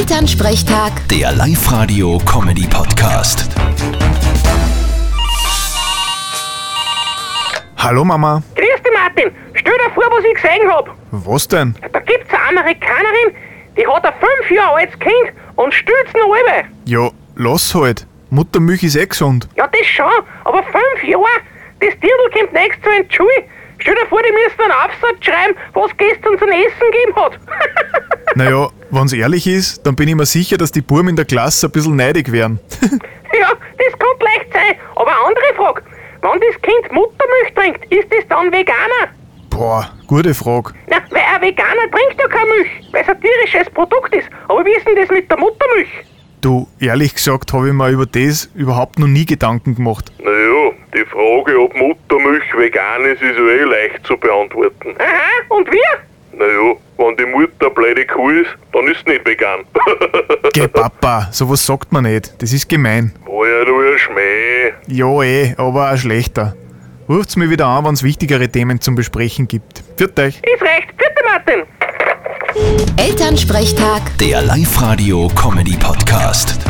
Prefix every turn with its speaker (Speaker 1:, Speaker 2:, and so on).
Speaker 1: Elternsprechtag,
Speaker 2: Der Live-Radio-Comedy-Podcast.
Speaker 3: Hallo Mama,
Speaker 4: Grüß dich, Martin. Stell dir vor, was ich gesehen hab.
Speaker 3: was denn?
Speaker 4: Da gibt's eine Amerikanerin, die hat ein fünf Jahre altes Kind und stülpt's noch über.
Speaker 3: Ja, lass halt. Muttermilch ist eh gesund.
Speaker 4: Ja, das schon, aber fünf Jahre? Das Dirndl kommt nächstes Jahr in die Schule. Stell dir vor, die müssen einen Aufsatz schreiben, was gestern zum Essen gegeben hat.
Speaker 3: Naja, wenn's ehrlich ist, dann bin ich mir sicher, dass die Burm in der Klasse ein bisschen neidig wären.
Speaker 4: ja, das kann leicht sein. Aber eine andere Frage. Wenn das Kind Muttermilch trinkt, ist das dann Veganer?
Speaker 3: Boah, gute Frage.
Speaker 4: Na, weil ein Veganer trinkt ja keine Milch, weil es ein tierisches Produkt ist. Aber wie ist denn das mit der Muttermilch?
Speaker 3: Du, ehrlich gesagt, habe ich mir über das überhaupt noch nie Gedanken gemacht.
Speaker 5: Naja, die Frage, ob Muttermilch vegan ist, ist ja eh leicht zu beantworten.
Speaker 4: Aha, und wir?
Speaker 5: Naja, wenn die Mutter eine blöde Kuh ist, dann ist sie nicht vegan.
Speaker 3: Geh Papa, sowas sagt man nicht. Das ist gemein.
Speaker 5: War ja nur ein Schmäh.
Speaker 3: Ja eh, aber ein schlechter. Ruft's mir wieder an, wenn's wichtigere Themen zum Besprechen gibt. Pfiat euch.
Speaker 4: Ist recht. Bitte, Martin.
Speaker 1: Elternsprechtag.
Speaker 2: Der Live-Radio-Comedy-Podcast.